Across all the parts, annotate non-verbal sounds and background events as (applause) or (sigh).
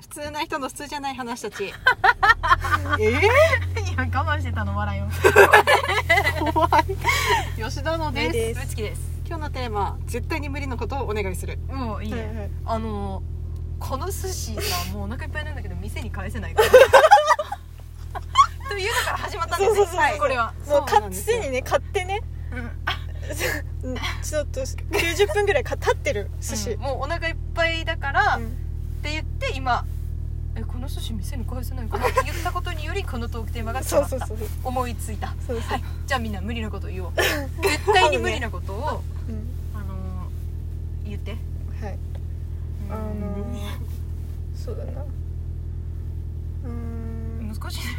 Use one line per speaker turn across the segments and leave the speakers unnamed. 普通な人の普通じゃない話た (laughs) ちええ
いや我慢してたの笑いを (laughs)
怖い吉田のです
ぶつきです
今日のテーマ絶対に無理のことをお願いする
もういい
はい
ね
はい
あのこの寿司さもうお腹いっぱいなんだけど店に返せないからというのから始まったんですね
そうそうそうそう
これは
もう
そう
勝
なんですよ
手にね買ってね
うん
うんちょっと90分ぐらいか経ってる寿司、
うんもうお腹いっぱいだから、
うん
って言って今えこの寿司店に返せないからって言ったことによりこのトークテーマが決
そ
ま
う
った
そうそうそう
思いついた
そうそう、
じゃあみんな無理なこと
(laughs)
言おう絶対に無理なことを、
うん
あのー言って
はいあのーそうだなうーん
難しいね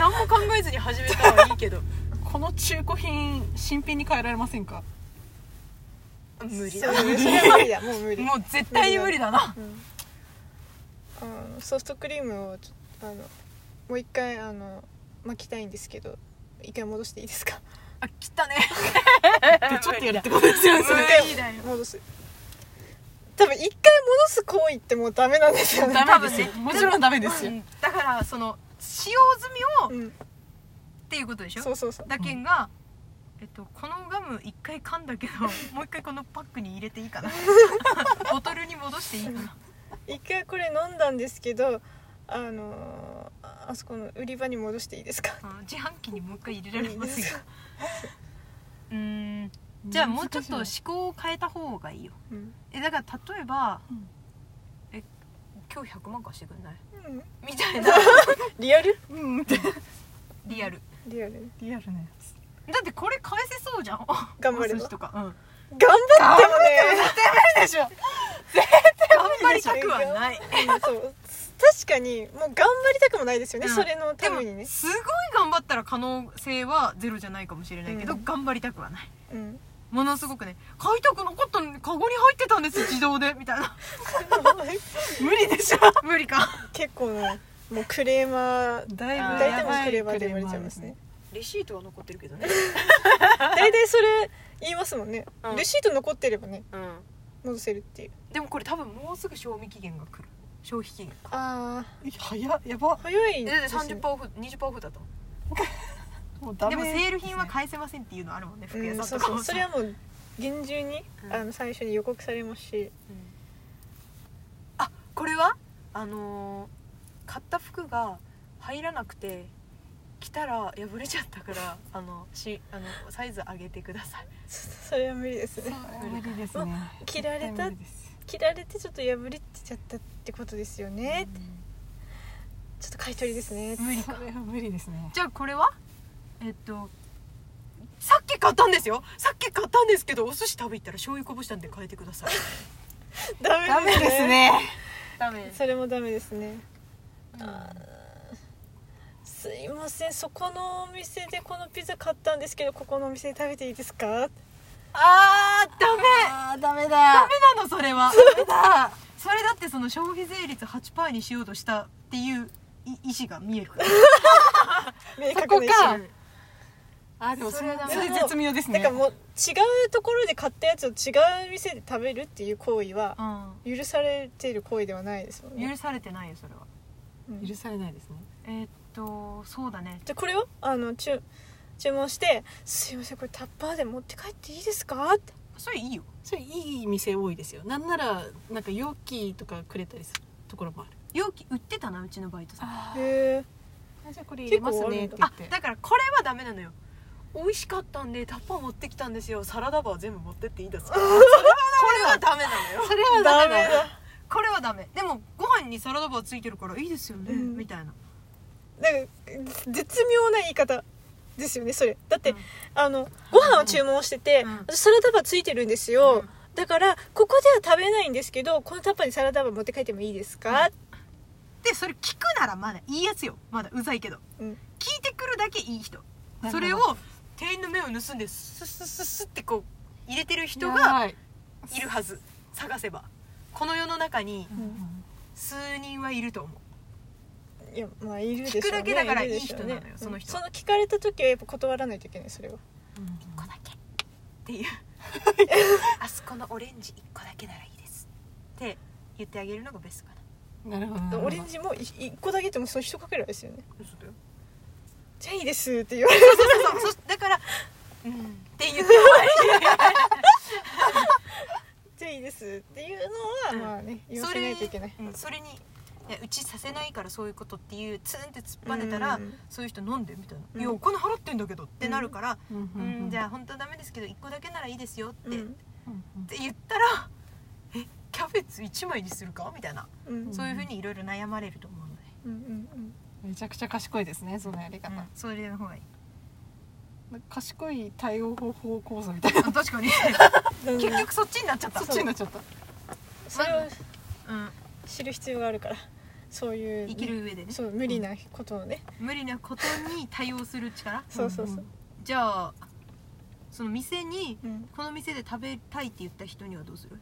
何も考えずに始めたはいいけど
この中古品新品に変えられませんか
無理
そうそれは無理だもう無理
もう絶対に無理だな
うんあのソフトクリームをちょっとあのもう一回あの巻きたいんですけど一回戻していいですか
あ来たね (laughs)
でちょっとやるってことですよねそれ
無理だよ
戻す多分一回戻す行為ってもうダメなんですよね
ダメですよもちろんダメですよ
うんだからその使用済みを
うん
っていうことでしょ
そうそうそう
だけんが、えっと、このガム一回噛んだ
(laughs)
けどもう一回このパックに入れていいかなボトルに戻していいかな
一回これ飲んだんですけどあのーああそこの売り場に戻していいですか
あの自販機にもう一回入れられますようーん
(laughs)
じゃあもうちょっと思考を変えた方がいいよ
うん、
えだから例えば、
うん
え今日100万貸してくんない
うん、
みたいな
リアル
うん
リアル
(laughs) リアルね
リアルね
だってこれ返せそうじゃん
頑張れ
お
ば
寿司とか、うん、
(laughs) 頑張ってもね
でしょ
頑張りたくはない
うんそう確かにもう頑張りたくもないですよね、
うん
それの
で
た
も
めにね
すごい頑張ったら可能性はゼロじゃないかもしれないけど、
うん
頑張りたくはない
うん
ものすごくね買いたくなかったのにカゴに入ってたんです自動でみたい
(laughs)
な
無理でしょ
無理か
結構ねもうクレーマー
だ
あー
大体
やば
も
い
クレーマーで言われちゃいますね
レシートは残ってるけどね
大体それ言いますもんね、
うん
レシート残ってればね
うん
戻せるっていう
でもこれ多分もうすぐ賞味期限が来る消費期限
ああ
早っやば
早い
え
で
だって
すね
30%オフ20%オフだと思
もう
う
ダ
で
メ
もセール品は返せませんっていうのあるもんね服屋
うん、
さ
そ
ん
う
とか
そ
も (laughs)
う
さ
それはもう厳重に、
うん
あの最初に予告されますし
うんあこれはあのー買った服が入らなくて着たら破れちゃったからあのしあのサイズ上げてください
そそれは無理ですね
無理ですね
切られ
絶
た
対無理です
切られてちょっと破れちゃったってことですよね、ちょっと買い取りですね
無理か無理ですね
じゃあこれはえっとさっき買ったんですよさっき買ったんですけどお寿司食べ行ったら醤油こぼしたんで変えてください
ダメ
ダメですね
ダメ
それもダメですね
あ
すいませんそこのお店でこのピザ買ったんですけどここのお店で食べていいですか
あーダメ
あーダメだ
ダメなのそれは
ダメだ
それだってその消費税率8%にしようとしたっていうい意思が見えるから
明
そ
確
こ
な意
か
思
あでもそれ
それダメ
それ絶妙です
だ
ね
からもう違うところで買ったやつを違う店で食べるっていう行為は許されている行為ではないですもん
うん
ね
許されてないよそれは
うん
許されないですね
えーっとそうだね
じゃあこれをあの注注文して「すいませんこれタッパーで持って帰っていいですか?」って
それいいよ
それいい店多いですよなんならなんか容器とかくれたりするところもある
容器売ってたなうちのバイトさんあ
あ
へえ
じゃあこれ入れますねって言って
だからこれはダメなのよ美味しかったんでタッパー持ってきたんですよサラダバー全部持ってっていいですかそれはダメなのよ
それはダメだ
だ
これはダメでもご飯にサラダバーついてるからいいですよね、
うん
みたいな
なんか絶妙な言い方ですよねそれだって、
うん
あのご飯を注文してて、
うん
私サラダバーついてるんですよ、
うん
だからここでは食べないんですけどこのタッパーにサラダバー持って帰ってもいいですか、
でそれ聞くならまだいいやつよまだうざいけど
うん
聞いてくるだけいい人
ほど
それを店員の目を盗んでスッスッスッスッってこう入れてる人
や
が
ばい
いるはず探せばこの世の中に
うん
数人はいると思
いやまあいるでしょう、ね、
聞くだけだから
るでしょう
いい人なのよその人は
うんその聞かれた時はやっぱ断らないといけないそれは
う1個だけって
(laughs)
いうあそこのオレンジ1個だけならいいですって言ってあげるのがベストかな
なるほどなるほど
オレンジもい一個だけでもその一かけらですよね
そうだよ
じゃあいいですって言われる
そうそうそだからうんって言って
じゃあいいですっていうのはまあね言わせないといけない
終わりそれにいやうちさせないからそういうことっていうツンって突っぱねたら、
うん
そういう人飲んでみたいな、
うん
いやお金払ってんだけどってなるから、
うんう
うんん
うん
じゃあ本当はダメですけど1個だけならいいですよって、
う
っ
ん
うん
て言ったらえキャベツ1枚にするかみたいな、
うん
そういうふうにいろいろ悩まれると思うので、
うんうんうん
めちゃくちゃ賢いですねそのやり方、
うんそれの方
(laughs)
がいい
賢い対応方法講座みたいな
確かに結局そっちになっちゃった
そっちになっちゃった
それを
うん、
知る必要があるからそういう
生きる上でね
そう無理なことをね
無理なことに対応する力
そうそうそう
じゃあその店に
うん
この店で食べたいって言った人にはどうする
ど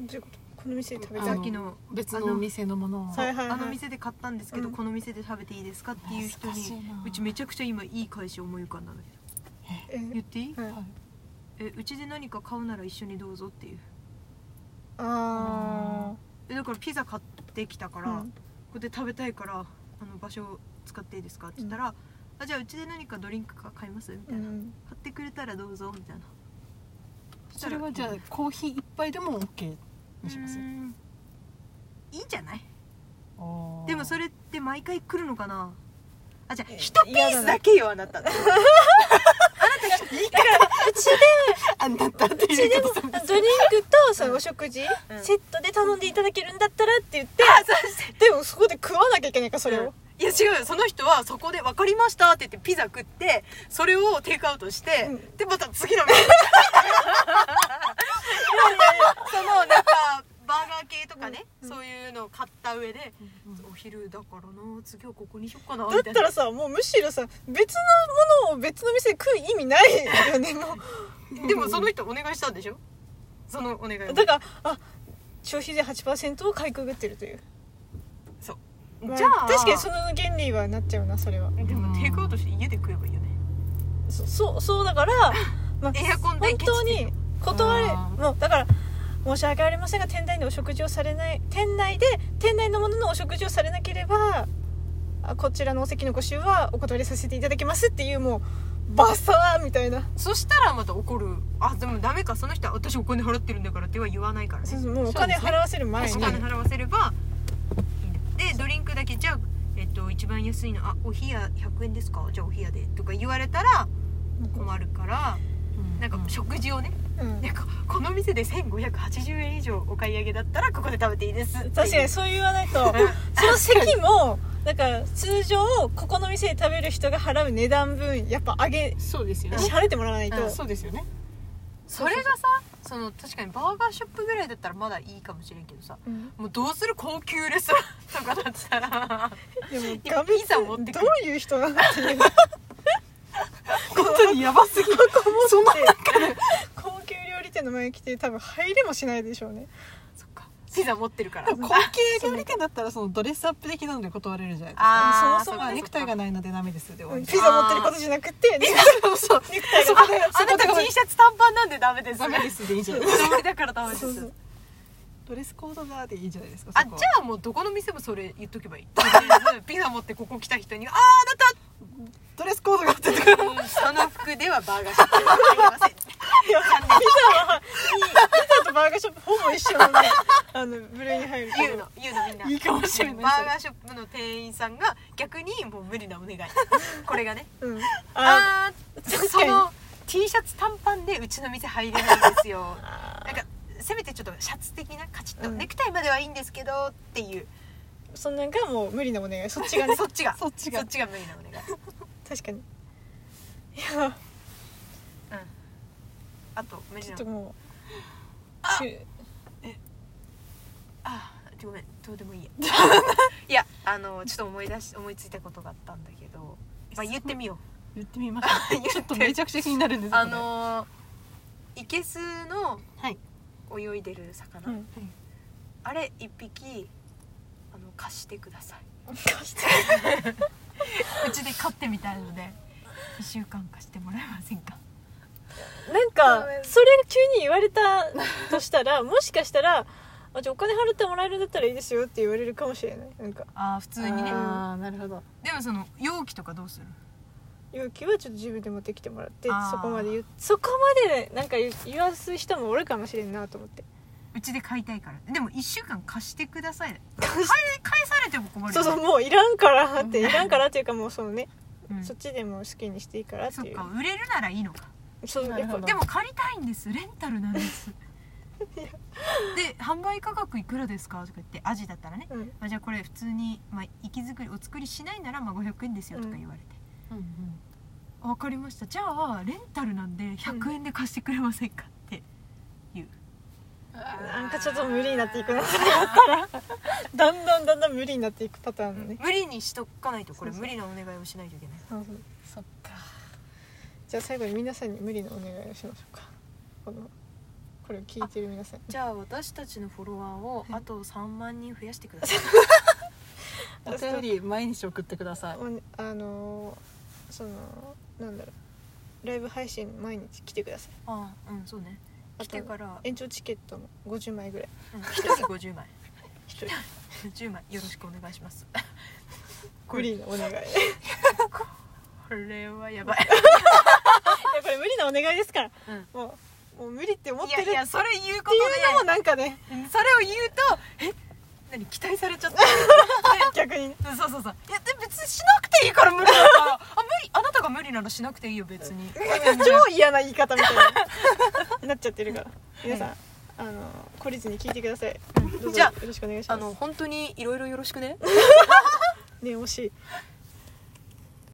ういうことこの店で食べ
あ
た
さ
い
っきの
別のお店のものを
はいはいはい
あの店で買ったんですけど、
うん
この店で食べていいですかっていう人
難しい
に
な
うちめちゃくちゃ今いい会社思い浮かんだんだけど
え
言っていい、
はい
はい
えうちで何か買うなら一緒にどうぞっていう
あ
えだからピザ買ってきたから、
ー
ここで食べたいからあの場所使っていいですかって言ったら、あじゃあうちで何かドリンクか買いますみ
う
たい
ん
な、
うん
買ってくれたらどうぞみたいな
それはじゃあコーヒー一杯でも OK にします
うーんいいんじゃない
あー
でもそれって毎回来るのかなあじゃあ
え
一ピースだけよあなたあなたいいから
あんだったって
で
いう
でも
こと (laughs)
ドリンクとその
うん
お食事、
ん
セットで頼んでいただけるんだったらって言って、
そうして
でもそこで食わなきゃいけないからそれを、
いや違うよその人はそこで「分かりました」って言ってピザ食ってそれをテイクアウトして、
うん
でまた次の店
(laughs)
そのなんかバーガー系とかね、
うん
そういうのを買った上で、
うんうん
お昼だからな次はここにしよっかな
だっ
みたい
た
な
らさもうむしろさ別のものを別の店で食う意味ないよねも
でもその人お願いしたんでしょそのお願いを
うだからあ消費税8%をかいくぐってるという、まあ
じゃあ
確かにその原理はなっちゃうなそれは
でもテイクアウトして家で食えばいいよね
そそうそうだから、まあ
エアコン代
本当
ケチ
に断れ
あー
もうだから申し訳ありませんが店内でお食事をされない店内で店内のもののお食事をされなければあこちらのお席のご使用はお断りさせていただきますっていうもうバサーみたいな
そしたらまた怒るあでもダメかその人は私お金払ってるんだからっては言わないからね
そうそうもうお金
そうですね
払わせる前に、
確かに払わせればいいねでドリンクだけじゃあえっと一番安いのあお冷や100円ですかじゃあお冷やでとか言われたら困るからなんか食事をね
うん
なんかこの店で1580円以上お買い上げだったらここで食べていいですっていう
確かにそう言わない
う
と
ん
その席もなんか通常ここの店で食べる人が払う値段分やっぱ上げ
そうですよね
支払ってもらわないと、
そうですよね
それがさその確かにバーガーショップぐらいだったらまだいいかもしれんけどさ
うん
もうどうする高級レストラン (laughs) とかだったら
でも
や
ガム
ピザ持ってく
ど
る
ういう人なのっ
(laughs)
ていう
本当にやばすぎるそんな
高級料理店の前に来て多分入れもしないでしょうね
そっかピザ持ってるから
高級料理店だったらそのドレスアップ的なので断れるじゃないですか
あー
そもそもネクタイがないのでダメですで終わ
ピ
り
ザ持ってることじゃなくてネク
そうそう
ネクタイ
そ
が
こでそ
あな
こで
た T シャツ短パンなんでダメです
ダメですでいいじゃない
ダメだからダメで
そうそ
す
う
ドレスコードがでいいじゃないですか
あ
そ
じ
こは
ゃあもうどこの店もそれ言っとけ (laughs) ばいいとりあえずピザ持ってここ来た人に「ああ
ドレスコードがって
あなたその服ではバーガーショップはありま
いやピザはいいピザとバーガーショップほぼ一
(laughs)
緒のねあの部類に入る
せん」言うの (laughs) 言うのみんない
いかもしれない
バーガーショップの店員さんが逆にもう無理なお願いこれがね
うんあ
ああ
確かに
その T シャツ短パンでうちの店入れないんですよなんかせめてちょっとシャツ的なカチッと、
うん
ネクタイまではいいんですけどっていう
そんなんがもう無理なお願いそっちがね
そっちが
そっちが
そっちが無理なお願い
確かにいや
あと無理
ちょ
な
っともうし
あーごめんどうでもいいや (laughs) いやあのちょっと思い出し思いついたことがあったんだけど、まあ、言ってみよ
(laughs) 言ってみましたちょっとめちゃくちゃ気になるんで
う
す
あのーイケスの
はい
泳いでる魚、
うん
あれ一匹あの貸してくださいうちで飼ってみたいので1週間貸してもらえませんか
なんかそれ急に言われたとしたらもしかしたらあじゃあお金払ってもらえるんだったらいいですよって言われるかもしれないなんか
あー普通にね
ああなるほど
でもその容器とかどうする
勇気はちょっと自分で持ってきてもらって
あー
そこまで言うそこまでなんか言言わす人もおるかもしれんなと思って
うちで買いたいからでも1週間貸してくださいね
貸し
返されても困る
そうそう
う、
もういらんからって
う
い
ん
らんからっていうかもうそのね、
うん
そっちでも好きにしていいからって
そっ
いう
か売れるならいいのか
そう
なる
やっ
ほ
ぱ
ど
でも借りたいんですレンタルなんです (laughs)
いや
で販売価格いくらですかとか言ってアジだったらね、
うん
まあ、じゃあこれ普通に、まあ、息作りお作りしないならまあ500円ですよとか言われて、
うんうん
あわかりましたじゃあレンタルなんで100円で貸してくれませんかって言う、
なんかちょっと無理になっていくなそれやったらだんだんだんだん無理になっていくパターンのね、
無理にしとかないとこれ
そう
無
そう
理なお願いをしないといけない
そうそう
そっか
じゃあ最後に皆さんに無理のお願いをしましょうかこのこれを聞いてる皆さん
じゃあ私たちのフォロワーをあと3万人増やしてください
お便り毎日送ってください
おあのーそのなんだろうライブ配信毎日来てください
(laughs) ああうんそうね
あと
来てから
延長チケットも50枚ぐらい
うん一人50枚
一人
(laughs) 10枚よろしくお願いします
無理のお願いいや
(laughs) これはやばい
これ無理のお願いですから
うん
もうもう無理って思
(laughs)
っ
い
てる
や
ってい
いや
う
それ言うこと
のもなん
(laughs)
かね
で、それを言うとえ何期待されちゃった
逆
(laughs)
に
うん (laughs) そうそうそういやで別にしなくていいから無理だからあ無理あなたが無理ならしなくていいよ別に
超嫌な言い方みたいななっちゃってるから皆さん、
は
あの懲りずに聞いてくださいどうぞ
じゃあ
よろしくお願いし
あ
ま
の
す
本当にいろいろよろしくね
ね惜しい